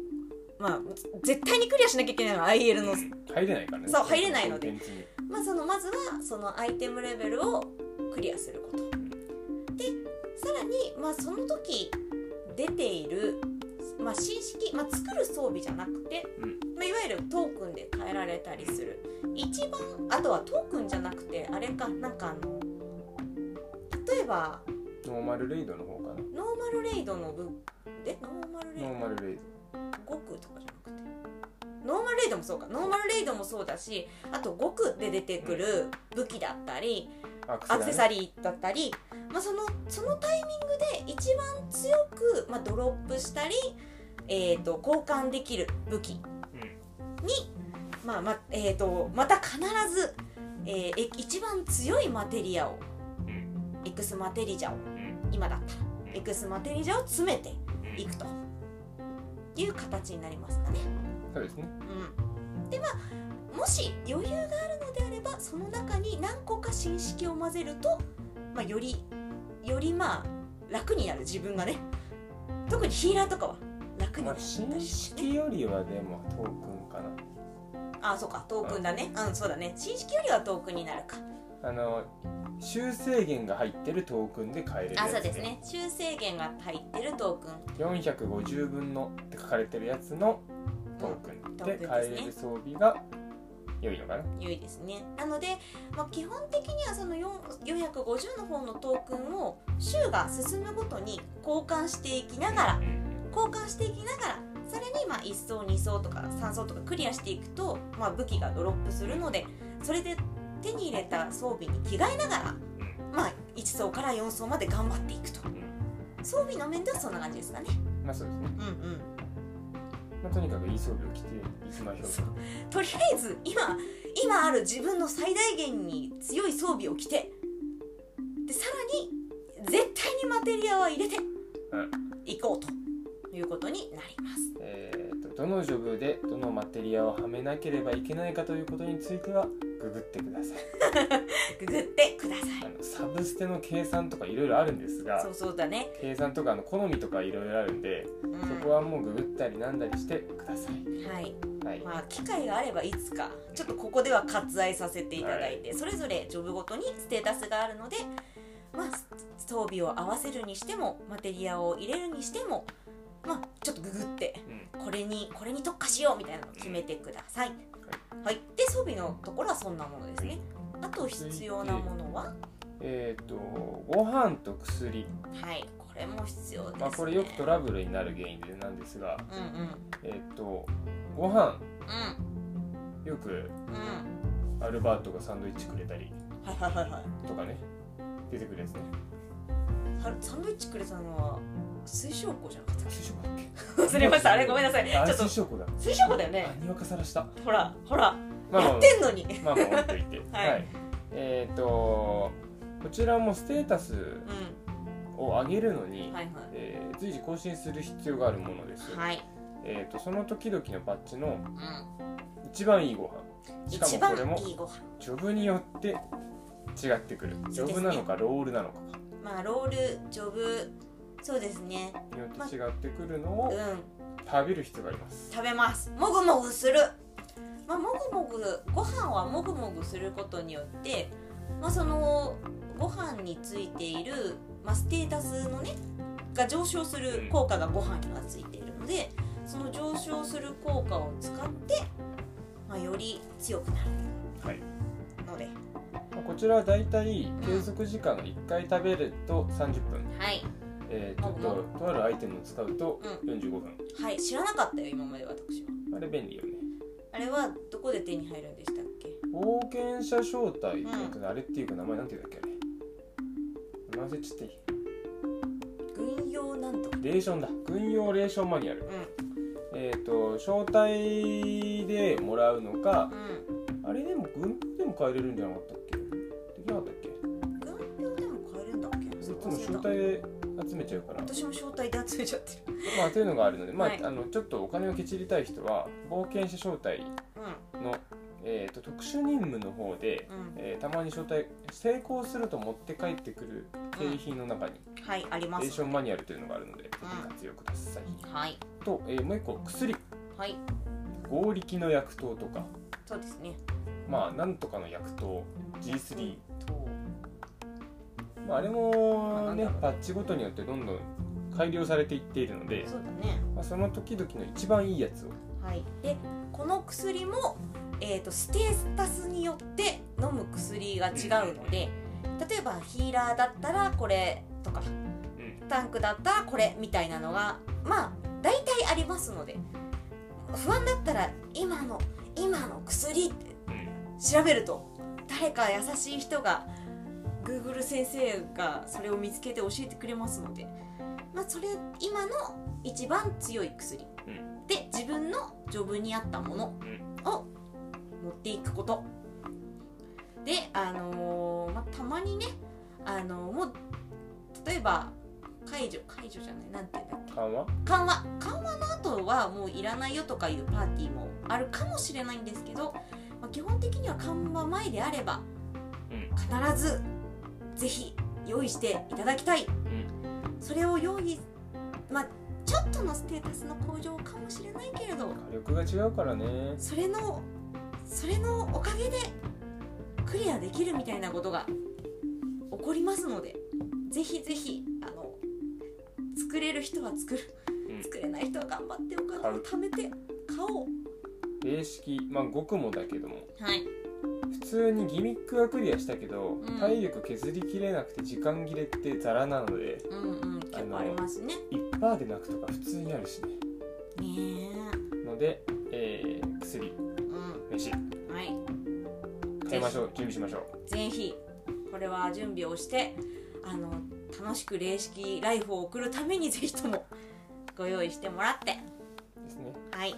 Speaker 1: まあ、絶対にクリアしなきゃいけないのは IL の
Speaker 2: 入れないからね
Speaker 1: そう入れないので
Speaker 2: コンテンツに
Speaker 1: まあ、そのまずはそのアイテムレベルをクリアすることでさらに、まあ、その時出ている、まあ、新式、まあ、作る装備じゃなくて、
Speaker 2: うん
Speaker 1: まあ、いわゆるトークンで変えられたりする一番あとはトークンじゃなくてあれかなんかあの例えば
Speaker 2: ノーマルレイドの方かな
Speaker 1: ノーマルレイドの部えノーマルレイド
Speaker 2: ノーマルレイ
Speaker 1: 悟空とかじゃなくてノーマルレイドもそうかノーマルレイドもそうだしあと悟空で出てくる武器だったり、
Speaker 2: ドアク
Speaker 1: アクセサ
Speaker 2: リ
Speaker 1: リーだったり、まあ、そのそのタイミングで一番強く、まあ、ドロップしたり、えー、と交換できる武器に、まあまえー、とまた必ず、えーえ一番強いマテリアを、
Speaker 2: ん
Speaker 1: エクスマテリジャを
Speaker 2: ーね
Speaker 1: 今だったらエクスマテリジャを詰めていくという形になりますかね。
Speaker 2: うんそうですね
Speaker 1: うん、でまあもし余裕があるのであればその中に何個か新式を混ぜると、まあ、よりよりまあ楽になる自分がね特にヒーラーとかは楽にな
Speaker 2: まあ
Speaker 1: る
Speaker 2: 新式よりはでもトークンかな
Speaker 1: あそうかトークンだねうんそうだね新式よりはトークンになるか
Speaker 2: あの修正源が入ってるトークンで変えれるや
Speaker 1: あ
Speaker 2: つ
Speaker 1: そうですね修正源が入ってるトークン
Speaker 2: 450分のって書かれてるやつのトークン
Speaker 1: ト
Speaker 2: で
Speaker 1: ークンですね
Speaker 2: 変えれる装備が良いのかな
Speaker 1: 良いですねなので、まあ、基本的にはその4 450の方のトークンを週が進むごとに交換していきながら交換していきながらさらにまあ1層2層とか3層とかクリアしていくと、まあ、武器がドロップするのでそれで手に入れた装備に着替えながら、まあ、1層から4層まで頑張っていくと装備の面ではそんな感じですかね
Speaker 2: まあそうですね、
Speaker 1: うんうん
Speaker 2: まあ、とにかくいい装備を着ていきましょう
Speaker 1: そうとりあえず今今ある自分の最大限に強い装備を着てでさらに絶対にマテリアは入れて
Speaker 2: うん
Speaker 1: いこうということになります。
Speaker 2: えーとどのジョブでどのマテリアをはめなければいけないかということについてはググってください
Speaker 1: ググってください。
Speaker 2: あのサブステの計算とかいろいろあるんですが
Speaker 1: そうそうだね。
Speaker 2: 計算とかあの好みとかいろいろあるんで、
Speaker 1: うん、
Speaker 2: そこはもうググったりなんだりしてください
Speaker 1: はい。
Speaker 2: はい、
Speaker 1: まあ機会があればいつかちょっとここでは割愛させていただいて、それぞれジョブごとにステータスがあるので、まあ装備を合わせるにしてもマテリアを入れるにしても、まあちょっとググって
Speaker 2: うん
Speaker 1: これにこれに特化しようみたいなのを決めてください。はい。で装備のところはそんなものですね。あと必要なものは、
Speaker 2: えっ、とご飯と薬、
Speaker 1: はい。これも必要です、ね。
Speaker 2: まあ、これよくトラブルになる原因でなんですが
Speaker 1: うんうん
Speaker 2: えっ、とご飯
Speaker 1: う
Speaker 2: よ
Speaker 1: ん
Speaker 2: く
Speaker 1: うん。
Speaker 2: アルバートがサンドイッチくれたり
Speaker 1: はいはいはいはい。
Speaker 2: とかね出てくるやつね
Speaker 1: はサンドイッチくれたのは水晶庫じゃなかったっ
Speaker 2: 水晶庫だっけ
Speaker 1: け忘れましたあれごめんなさい (laughs)
Speaker 2: あ
Speaker 1: ちょっと
Speaker 2: 水晶庫だ
Speaker 1: 水晶庫だよね
Speaker 2: あにわかさらした
Speaker 1: ほらほら、
Speaker 2: まあまあ
Speaker 1: やってんのに
Speaker 2: まあまあ置いといて
Speaker 1: (laughs) はい
Speaker 2: えっ、とこちらもステータス
Speaker 1: う
Speaker 2: を上げるのに、
Speaker 1: んはい
Speaker 2: えー随時更新する必要があるものです、
Speaker 1: はいはい、
Speaker 2: えー、とその時々のパッチの
Speaker 1: うん、
Speaker 2: 一番いいご飯しか
Speaker 1: 一
Speaker 2: も
Speaker 1: 番
Speaker 2: これも
Speaker 1: いいご飯
Speaker 2: ジョブによって違ってくるジョブなのかロールなのか
Speaker 1: まあロールジョブそうですね
Speaker 2: によって違ってくるの
Speaker 1: う
Speaker 2: を
Speaker 1: ん
Speaker 2: 食べる必要があります
Speaker 1: 食べますもぐもぐするまあもぐもぐご飯はもぐもぐすることによってまあそのご飯についている、まあ、ステータスのねが上昇する効果がご飯にはついているのでその上昇する効果を使って、まあ、より強くなる
Speaker 2: はい
Speaker 1: ので
Speaker 2: まあこちらはだいたい継続時間が1回食べると30分、
Speaker 1: はい、
Speaker 2: えー、と
Speaker 1: ほう
Speaker 2: ととあるアイテムを使うと
Speaker 1: う
Speaker 2: 45分
Speaker 1: はい、知らなかったよ今まで私は
Speaker 2: あれ便利よね
Speaker 1: あれはどこで手に入るんでしたっけ
Speaker 2: 冒険者招待、
Speaker 1: うん
Speaker 2: えっとねあれっていうか名前なんていうんだっけあれ名前忘れちゃっていい
Speaker 1: 軍用なんとか
Speaker 2: レーションだ軍用レーションマニュアル
Speaker 1: う
Speaker 2: えっ、と招待でもらうのか
Speaker 1: んう
Speaker 2: あれでも軍でも変えれるんじゃなかったっけできなかったっけ
Speaker 1: ん軍用でも買えるんだっけ
Speaker 2: いつも招待で集めちゃうから
Speaker 1: 私も招待で集めちゃってる
Speaker 2: まあというのがあるので、まあ
Speaker 1: はい
Speaker 2: あのちょっとお金をけちりたい人は冒険者招待
Speaker 1: う
Speaker 2: の、えー、と特殊任務の方で、
Speaker 1: んうん
Speaker 2: えーたまに招待成功すると持って帰ってくる景品の中に
Speaker 1: はいありま
Speaker 2: レーシ
Speaker 1: す
Speaker 2: ョンマニュアルというのがあるので、ぜひ
Speaker 1: うん
Speaker 2: 活用ください。
Speaker 1: はい
Speaker 2: と、えーもう一個薬
Speaker 1: はい
Speaker 2: 合力の薬刀とか
Speaker 1: そうですね
Speaker 2: まあなんとかの薬刀 G3、
Speaker 1: と
Speaker 2: まあ、あれ
Speaker 1: ま
Speaker 2: も
Speaker 1: あなんだ
Speaker 2: ね
Speaker 1: ろうね
Speaker 2: パッチごとによってどんどん改良されていっているので、
Speaker 1: そうだね
Speaker 2: まあ、その時々の一番いいやつを
Speaker 1: はいでこの薬も、えー、とステータスによって飲む薬が違うので例えばヒーラーだったらこれとか
Speaker 2: うん
Speaker 1: タンクだったらこれみたいなのがまあ大体ありますので不安だったら今の今の薬って調べると誰か優しい人が Google 先生がそれを見つけて教えてくれますので、まあ、それ今の一番強い薬、
Speaker 2: う
Speaker 1: で自分のジョブに合ったものを持っていくことであのーまあ、たまにね、あのーもう例えば解除解除じゃないなんて言うんだっけ
Speaker 2: 緩和
Speaker 1: 緩和緩和の後はもういらないよとかいうパーティーもあるかもしれないんですけど、まあ、基本的には緩和前であれば
Speaker 2: うん
Speaker 1: 必ずぜひ用意していただきたい、それを用意まあちょっとのステータスの向上かもしれないけれど
Speaker 2: 火力が違うからね
Speaker 1: それのそれのおかげでクリアできるみたいなことが起こりますのでぜひぜひあの作れる人は作る、
Speaker 2: うん
Speaker 1: 作れない人は頑張ってお金を貯めて買おう
Speaker 2: 霊式まあ5個もだけども
Speaker 1: はい
Speaker 2: 普通にギミックはクリアしたけど、
Speaker 1: ん
Speaker 2: 体力削りきれなくて時間切れってザラなので
Speaker 1: うんうん結構ありますねね
Speaker 2: 1%で泣くとか普通にあるしねので、えー薬
Speaker 1: えう
Speaker 2: 飯
Speaker 1: んはい
Speaker 2: 買いましょう準備しましょ
Speaker 1: ぜひこれは準備をしてあの楽しく霊式ライフを送るためにぜひともご用意してもらって
Speaker 2: うですね
Speaker 1: はい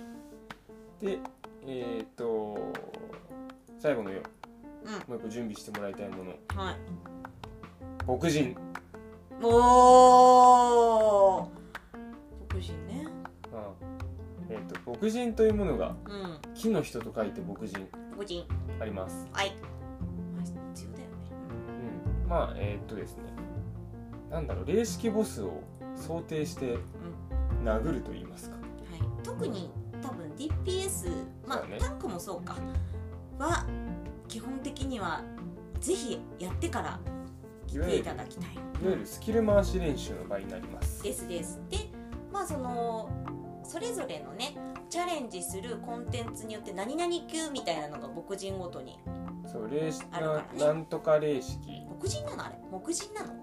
Speaker 2: でえー、っと最後のよ
Speaker 1: うん
Speaker 2: もう一個準備してもらいたいもの
Speaker 1: はい
Speaker 2: 牧人
Speaker 1: おお黒人ね
Speaker 2: あえー、っと牧人というものが
Speaker 1: うん
Speaker 2: 木の人と書いて牧人
Speaker 1: 黒人
Speaker 2: あります
Speaker 1: はいまあ必要だよね
Speaker 2: うんまあえー、っとですねなんだろう霊式ボスを想定して殴ると言いますか
Speaker 1: はい特に多分 DPS まあ、
Speaker 2: そうだね
Speaker 1: タンクもそうかは基本的にはぜひやってから来ていただきたい
Speaker 2: いわゆるスキル回し練習の場合になります
Speaker 1: ですですでまあそのそれぞれのねチャレンジするコンテンツによって何々級みたいなのが牧人ごとに
Speaker 2: そう霊式
Speaker 1: あるから
Speaker 2: な
Speaker 1: ね
Speaker 2: なんとか霊式
Speaker 1: 牧人なのあれ牧人なの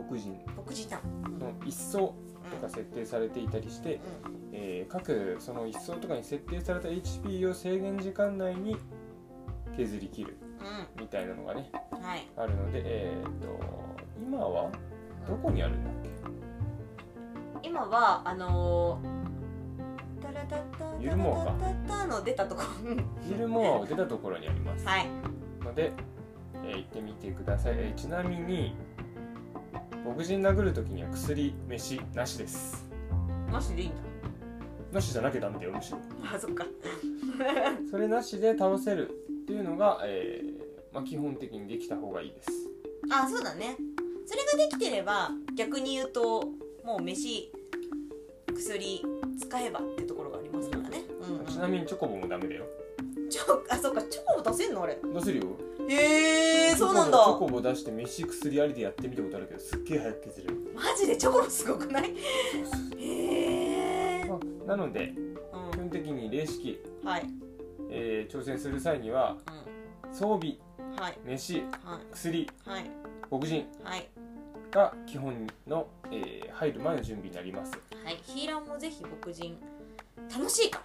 Speaker 2: 牧人
Speaker 1: 牧人なの、うん
Speaker 2: の一層と
Speaker 1: うん
Speaker 2: か設定されていたりして、えー各その一層とかに設定された HP を制限時間内に削り切る
Speaker 1: う
Speaker 2: みたいなのがね
Speaker 1: ん、はい。
Speaker 2: あるのでえーっと今はどこにあるんだっ
Speaker 1: 今はあのー、タラタタタ
Speaker 2: ゆるもわか
Speaker 1: タタタの出たとこ。うん
Speaker 2: け昼間を出たところにあります
Speaker 1: はい。
Speaker 2: ので、えー行ってみてください、えーちなみに牧人殴る時には薬飯なしです
Speaker 1: マジでいいんだ。
Speaker 2: なしじゃなきゃダメだよむしろ
Speaker 1: あそっか。
Speaker 2: それなしで倒せるっていうのが、えーまあ、基本的にできた方がいいです
Speaker 1: あそうだね。それができてれば逆に言うともう飯薬使えばってところがありますからね。うん、
Speaker 2: ちなみにチョコボもダメだよ
Speaker 1: に。ちょあそっかチョコも出せんのあれ。
Speaker 2: 出せるよ
Speaker 1: へえー、そうなんだ
Speaker 2: チ。ョコボ出して飯薬ありでやってみたことあるけどすっげえ早く削れる
Speaker 1: マジでチョコもすごくない？へえー。
Speaker 2: まあなので基
Speaker 1: う
Speaker 2: 本的に霊式、
Speaker 1: ん。はい。
Speaker 2: えー挑戦する際には装備
Speaker 1: うん。はい。
Speaker 2: 飯
Speaker 1: はい。
Speaker 2: 薬
Speaker 1: はい。
Speaker 2: 牧人
Speaker 1: はい。
Speaker 2: が基本の、えー入る前の準備になります
Speaker 1: はい、ヒーラーもぜひ牧人楽しいか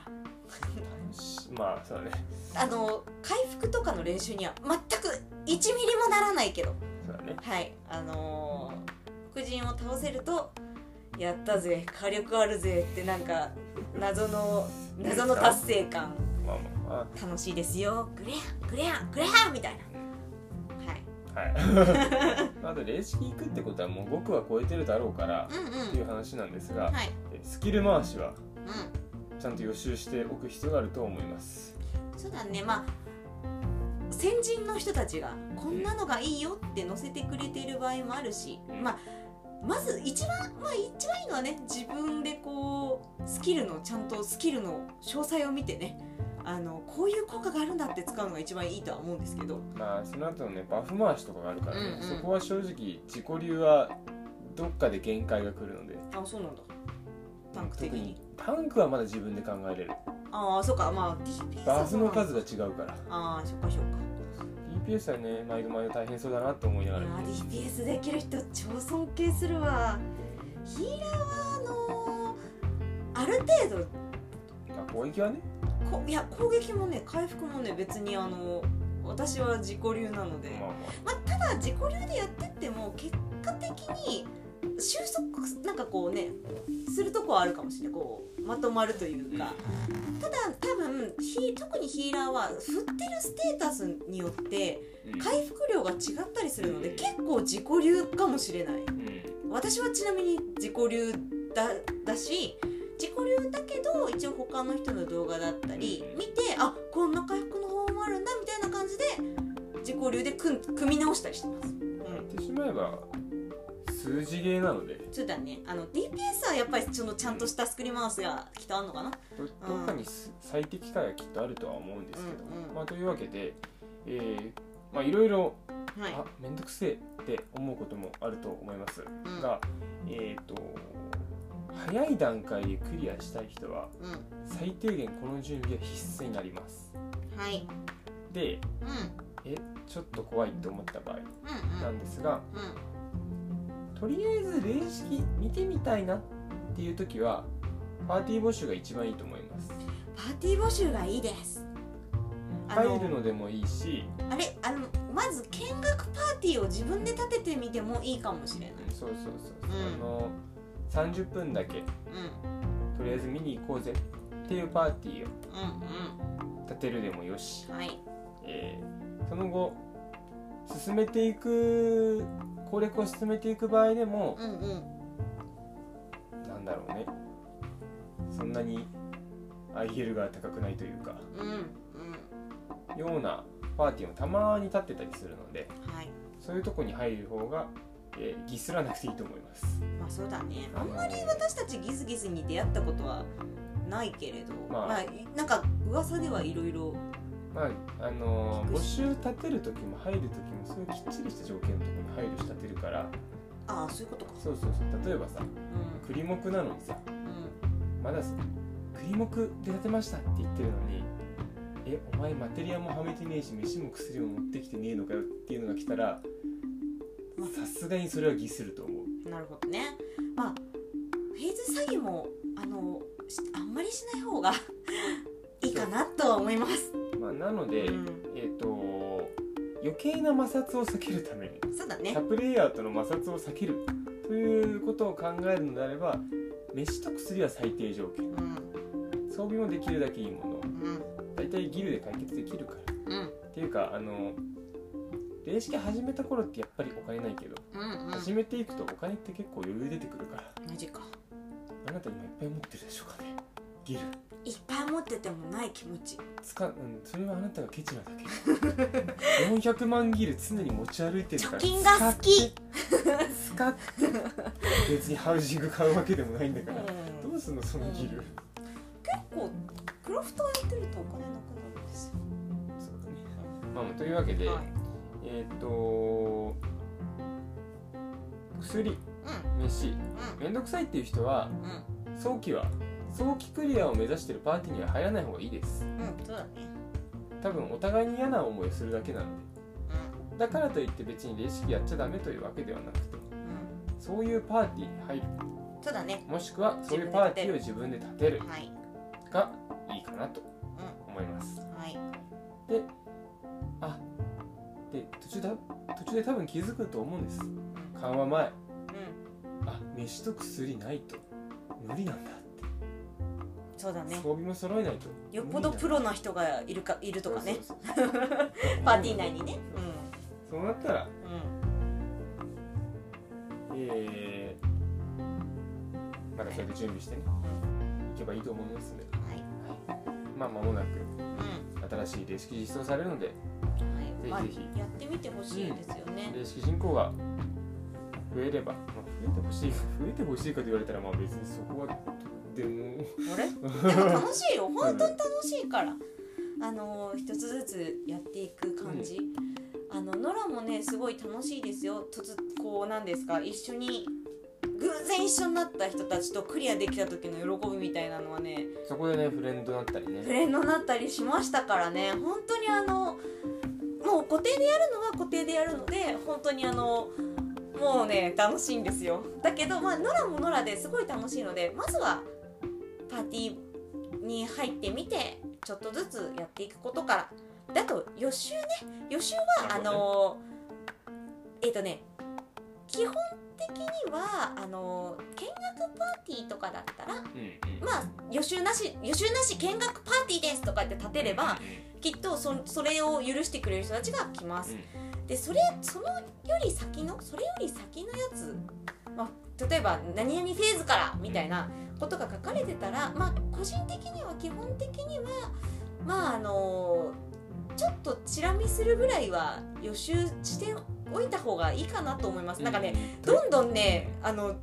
Speaker 2: しまあそうだね
Speaker 1: らあの回復とかの練習には全く1ミリもならないけど
Speaker 2: そうだね
Speaker 1: はいあのー、牧人を倒せると「やったぜ火力あるぜ」ってなんか謎の謎の達成感
Speaker 2: まあまあ
Speaker 1: 楽しいですよグレアングレアングレアンみたいなはい
Speaker 2: ま
Speaker 1: (laughs)
Speaker 2: あはいまああと霊式行くってことはもう僕は超えてるだろうから
Speaker 1: うん
Speaker 2: っていうう話なんです
Speaker 1: ん
Speaker 2: が、
Speaker 1: はい
Speaker 2: えースキル回しは
Speaker 1: う
Speaker 2: ちゃんと予習しておく必要があると思います
Speaker 1: んそうだねまあ先人の人たちがこんなのがいいよって載せてくれている場合もあるし、まあまず一番まあ一番いいのはね自分でこうスキルのちゃんとスキルの詳細を見てねあのこういう効果があるんだって使うのが一番いいとは思うんですけど
Speaker 2: まあその後のねバフ回しとかがあるからね、
Speaker 1: うんうん
Speaker 2: そこは正直自己流はどっかで限界が来るので
Speaker 1: あそうなんだタンク的
Speaker 2: 特
Speaker 1: に
Speaker 2: にタンクはまだ自分で考えれる
Speaker 1: ああそうかまあ DPS
Speaker 2: バ
Speaker 1: は
Speaker 2: フ
Speaker 1: そうな
Speaker 2: の
Speaker 1: んだ
Speaker 2: 数が違うから
Speaker 1: ああそっかそっか
Speaker 2: DPS はね毎度毎度大変そうだなと思いながら
Speaker 1: あー DPS できる人超尊敬するわヒーラーはあのーある程度
Speaker 2: まあ攻撃はね
Speaker 1: こいや攻撃もね回復もね別にあの私は自己流なので、
Speaker 2: まあま
Speaker 1: まあ、ただ自己流でやってっても結果的に収束なんかこうねするとこはあるかもしれないこうまとまるというかただ多分ヒ特にヒーラーは振ってるステータスによって
Speaker 2: あ
Speaker 1: 回復量が違ったりするので結構自己流かもしれない
Speaker 2: うん、うん
Speaker 1: 私はちなみに自己流だだし自己流だけど一応他の人の動画だったり
Speaker 2: うん
Speaker 1: 見てあこんな回復の方法もあるんだみたいな感じで自己流で組ん組み直したりしてます。うん
Speaker 2: 言ってしまえば数字ゲーなので
Speaker 1: そうだね、あの DPS はやっぱりそのちゃんとしたスクリーンマウスがきっとあんのかな
Speaker 2: どどっかにす最適解はきっとあるとは思うんですけど、
Speaker 1: うんうん
Speaker 2: まあ、というわけで、えーまあ、いろいろ
Speaker 1: はい、
Speaker 2: あ面倒くせえって思うこともあると思います
Speaker 1: うん
Speaker 2: が、えー、と早い段階でクリアしたい人は
Speaker 1: うん
Speaker 2: 最低限この準備は必須になります
Speaker 1: はい
Speaker 2: で
Speaker 1: うん
Speaker 2: えちょっと怖いって思った場合
Speaker 1: うん
Speaker 2: なんですが
Speaker 1: うん
Speaker 2: とりあえず霊式見てみたいなっていう時はパーティー募集が一番いいと思います
Speaker 1: パーティー募集がいいですあ
Speaker 2: 入
Speaker 1: の
Speaker 2: るのでもいいし
Speaker 1: あれあのまず見学パーティーを自分で立ててみてもいいかもしれない
Speaker 2: そうそうそう、
Speaker 1: うん
Speaker 2: あの30分だけ
Speaker 1: うんうん
Speaker 2: とりあえず見に行こうぜっていうパーティーを
Speaker 1: う
Speaker 2: 立てるでもよし、
Speaker 1: んはい
Speaker 2: えーその後進めていく攻略を進めていく場合でも
Speaker 1: う、んうん
Speaker 2: なんだろうねそんなに IL が高くないというか
Speaker 1: うんうん
Speaker 2: ようなパーティーもたまに立ってたりするので
Speaker 1: はい
Speaker 2: そういうとこに入る方が、えー、ギスらなくていいと思います
Speaker 1: まあそうだね
Speaker 2: あ
Speaker 1: あ
Speaker 2: ん
Speaker 1: ん
Speaker 2: ま
Speaker 1: ま
Speaker 2: り
Speaker 1: り私たちギスギスに出会ったことはないけれど
Speaker 2: まあ
Speaker 1: まあ、なんか噂ではいろいろ
Speaker 2: まああのー
Speaker 1: ギ
Speaker 2: 募
Speaker 1: クシ
Speaker 2: 集立てる時も入る時もそういうきっちりした条件のところに配慮し立てるから
Speaker 1: ああそういうことか
Speaker 2: そうそうそう例えばさ
Speaker 1: う
Speaker 2: 栗木なのにさ
Speaker 1: んうん
Speaker 2: まださ栗木で立てましたって言ってるのにえお前マテリアもはめてねえし飯も薬も持ってきてねえのかよっていうのが来たら
Speaker 1: ま
Speaker 2: さすがにそれはギスると思う
Speaker 1: あなるほどねまあフェーズ詐欺もあのしあんまりしない方がいいかなとは思います
Speaker 2: まあ、なので、
Speaker 1: うん
Speaker 2: えっ、と余計な摩擦を避けるために
Speaker 1: そうだね
Speaker 2: サプレイヤーとの摩擦を避けるということを考えるのであれば飯と薬は最低条件
Speaker 1: うん
Speaker 2: 装備もできるだけいいもの
Speaker 1: うん
Speaker 2: 大体ギルで解決できるからっ
Speaker 1: うん
Speaker 2: ていうかあの霊式始めた頃ってやっぱりお金ないけど、
Speaker 1: うんうん
Speaker 2: 始めていくとお金って結構余裕出てくるから
Speaker 1: マジか
Speaker 2: あなた今いっぱい持ってるでしょうかねギル
Speaker 1: いっぱい持っててもない気持ち
Speaker 2: つか、うん、それはあなたがケチなだけ
Speaker 1: (laughs)
Speaker 2: 400万ギル常に持ち歩いてるから
Speaker 1: 貯金が好き
Speaker 2: 使って別にハウジング買うわけでもないんだからどうすんのそのギル
Speaker 1: こうクラフトをやってるとお金なくなるんですよ。
Speaker 2: そうだねまあというわけで、えーっと薬飯めんどくさいっていう人は
Speaker 1: うんうん
Speaker 2: 早期は早期クリアを目指してるパーティーには入らない方がいいです
Speaker 1: うんうんそうだね。
Speaker 2: 多分お互いに嫌な思いをするだけなの
Speaker 1: う
Speaker 2: でだからといって別にレシピやっちゃダメというわけではなくて
Speaker 1: んう
Speaker 2: そういうパーティーに入る
Speaker 1: んそうだね。
Speaker 2: もしくはそういうパーティーを自分で立てる
Speaker 1: はい
Speaker 2: がいいかなと思います
Speaker 1: うんはい
Speaker 2: であで途中だ途中で多分気づくと思うんです緩和前
Speaker 1: うん
Speaker 2: あ飯と薬ないと無理なんだって、
Speaker 1: そうだね
Speaker 2: 装。備も揃えないと
Speaker 1: よっぽどプロな人がいるかいるとかね。
Speaker 2: そうそうそう
Speaker 1: パーティー内にね。
Speaker 2: そうなったら
Speaker 1: うんうん
Speaker 2: えー、まだそうやって準備してねいけばいいと思いますので
Speaker 1: はい
Speaker 2: まあ間もなく
Speaker 1: う
Speaker 2: 新しいレシピ実装されるので
Speaker 1: んはい。まあ
Speaker 2: ぜひぜ
Speaker 1: やってみてほしいですよね。
Speaker 2: レシピ人口が増えれば、まあ、増えてほしい増えてほしいかと言われたらまあ別にそこはでも
Speaker 1: あれでも楽しいよ本当に楽しいからあの一つずつやっていく感じ、あのノラもねすごい楽しいですよとつこうなんですか一緒に偶然一緒になった人たちとクリアできた時の喜びみたいなのはね
Speaker 2: そこでねフレンドだったり
Speaker 1: フ
Speaker 2: ね
Speaker 1: レンドになったりしましたからね本当にあのもう固定でやるのは固定でやるので本当にあのもうね楽しいんですよだけどまあノラもノラですごい楽しいのでまずはパーティーに入ってみてちょっとずつやっていくことからだと予習ね予習は
Speaker 2: な
Speaker 1: あ
Speaker 2: るほどね
Speaker 1: のえっ、とね基本的にはあの見学パーティーとかだったら
Speaker 2: うんうん
Speaker 1: まあ予習なし予習なし見学パーティーですとかって立てればきっとそそれを許してくれる人たちが来ます、でそれそのより先のそれより先のやつ、まあ、例えば「何々フェーズから」みたいなことが書かれてたらまあ個人的には基本的にはまああのちょっとチラ見するぐらいは予習しておいた方がいいかなと思います、なんかねどんどんねあの、う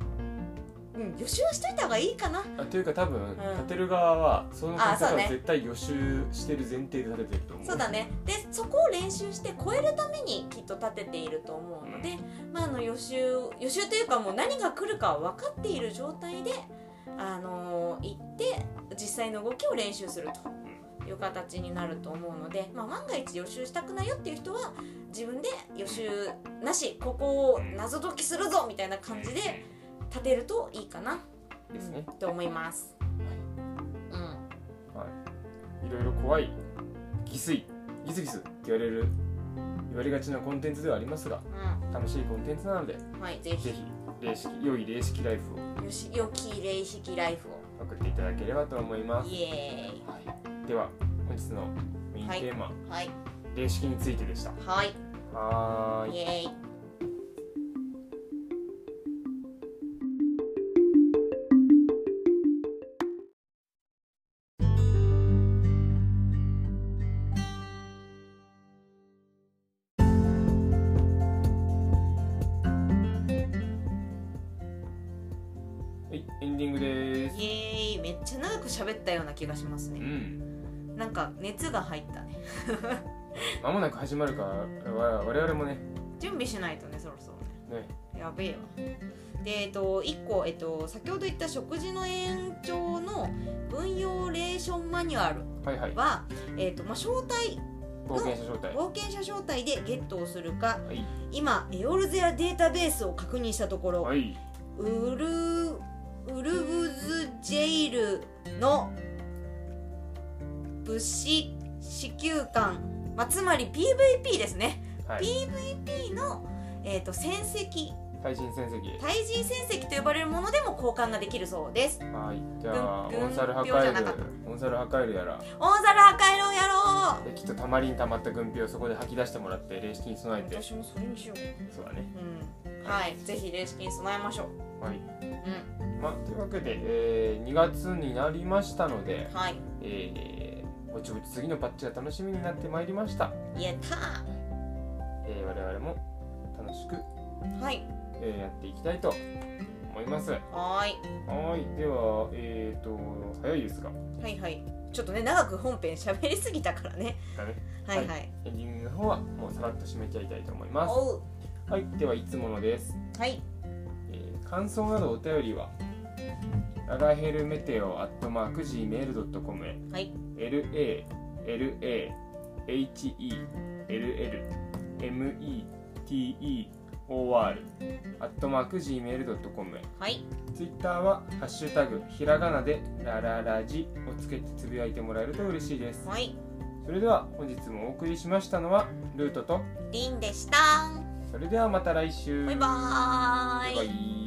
Speaker 1: ん、予習はしといた方がいいかな
Speaker 2: あというか多分、
Speaker 1: ん
Speaker 2: 立てる側はその
Speaker 1: あ
Speaker 2: 方
Speaker 1: そう
Speaker 2: が
Speaker 1: ね
Speaker 2: 絶対予習してる前提で立ててると思う
Speaker 1: そうだねでそこを練習して超えるためにきっと立てていると思うので、まあ、あの予習予習というかもう何が来るかは分かっている状態で、あのー行って実際の動きを練習するという形になると思うので、まあ、万が一予習したくないよっていう人は自分で予習なしここを謎解きするぞみたいな感じで立てるといいかな、
Speaker 2: ですね
Speaker 1: うんと思います。うん
Speaker 2: いろいろ怖いギスイギスギスって言われる言われがちなコンテンツではありますが楽しいコンテンツなので
Speaker 1: うん、はい、ぜ
Speaker 2: ぜ
Speaker 1: ひ
Speaker 2: ひ霊式良い霊式ライフを
Speaker 1: よし良き霊式ライフを
Speaker 2: 送っていただければと思います、
Speaker 1: イエ
Speaker 2: はい、では本日のメインテーマ、
Speaker 1: ーイはい
Speaker 2: 霊式についてでした
Speaker 1: はい
Speaker 2: はーい
Speaker 1: イエーイ
Speaker 2: はいエンディングです
Speaker 1: イエーイめっちゃ長く喋ったような気がします
Speaker 2: う
Speaker 1: ね
Speaker 2: ん
Speaker 1: なんか熱が入ったね
Speaker 2: まもなく始まるからわ我々もね
Speaker 1: 準備しないとねそろそろね
Speaker 2: ね
Speaker 1: やべえわでえっと1個、えっと、先ほど言った食事の延長の文用レーションマニュアル
Speaker 2: はいはい
Speaker 1: は、えっとまあ、招待
Speaker 2: 冒険者招待
Speaker 1: 冒険者招待でゲットをするか
Speaker 2: はい
Speaker 1: 今エオルゼアデータベースを確認したところ、
Speaker 2: はい
Speaker 1: ウルウルブズジェイルの物資支給官、まあ、つまり PVP ですね
Speaker 2: はい
Speaker 1: PVP の、えー、と戦績
Speaker 2: 対人戦績
Speaker 1: 対人戦績と呼ばれるものでも交換ができるそうです
Speaker 2: はいじゃあ
Speaker 1: 軍
Speaker 2: オンサル破
Speaker 1: 軍票じゃな
Speaker 2: 壊
Speaker 1: か
Speaker 2: る
Speaker 1: った
Speaker 2: オンサル破壊るやら
Speaker 1: オンザラーカイロンやろ
Speaker 2: できっとたまりにたまった軍票をそこで吐き出してもらって霊式に備え
Speaker 1: う
Speaker 2: て
Speaker 1: 私もそれにしよう、
Speaker 2: そうだね
Speaker 1: うん、はいぜひレー式に備えましょう
Speaker 2: はい
Speaker 1: うん
Speaker 2: まあというわけで、え2月になりましたので、
Speaker 1: はい
Speaker 2: えーぼちぼち次のパッチが楽しみになってまいりました、
Speaker 1: やった
Speaker 2: えー我々も楽しく、
Speaker 1: ーはい
Speaker 2: えーやっていきたいと思いますは
Speaker 1: はーい
Speaker 2: ーいではえっ、と早いですが
Speaker 1: はいはいちょっとね長く本編喋りすぎたからね
Speaker 2: だね
Speaker 1: はいはい、
Speaker 2: はエンディングの方はもうさらっと締めちゃいたいと思います
Speaker 1: おう
Speaker 2: はいではいつものです
Speaker 1: はい
Speaker 2: えー感想などお便りはララヘルメテオアットマーク Gmail.com へ
Speaker 1: はい
Speaker 2: LALAHELLMETEOR アットマーク Gmail.com へ
Speaker 1: はい
Speaker 2: ツイッターは「ハッシュタグひらがな」で「ラララジ」をつけてつぶやいてもらえると嬉しいです
Speaker 1: はい
Speaker 2: それでは本日もお送りしましたのはルートと
Speaker 1: りんでした
Speaker 2: それではまた来週
Speaker 1: バイバーイ
Speaker 2: バイバイ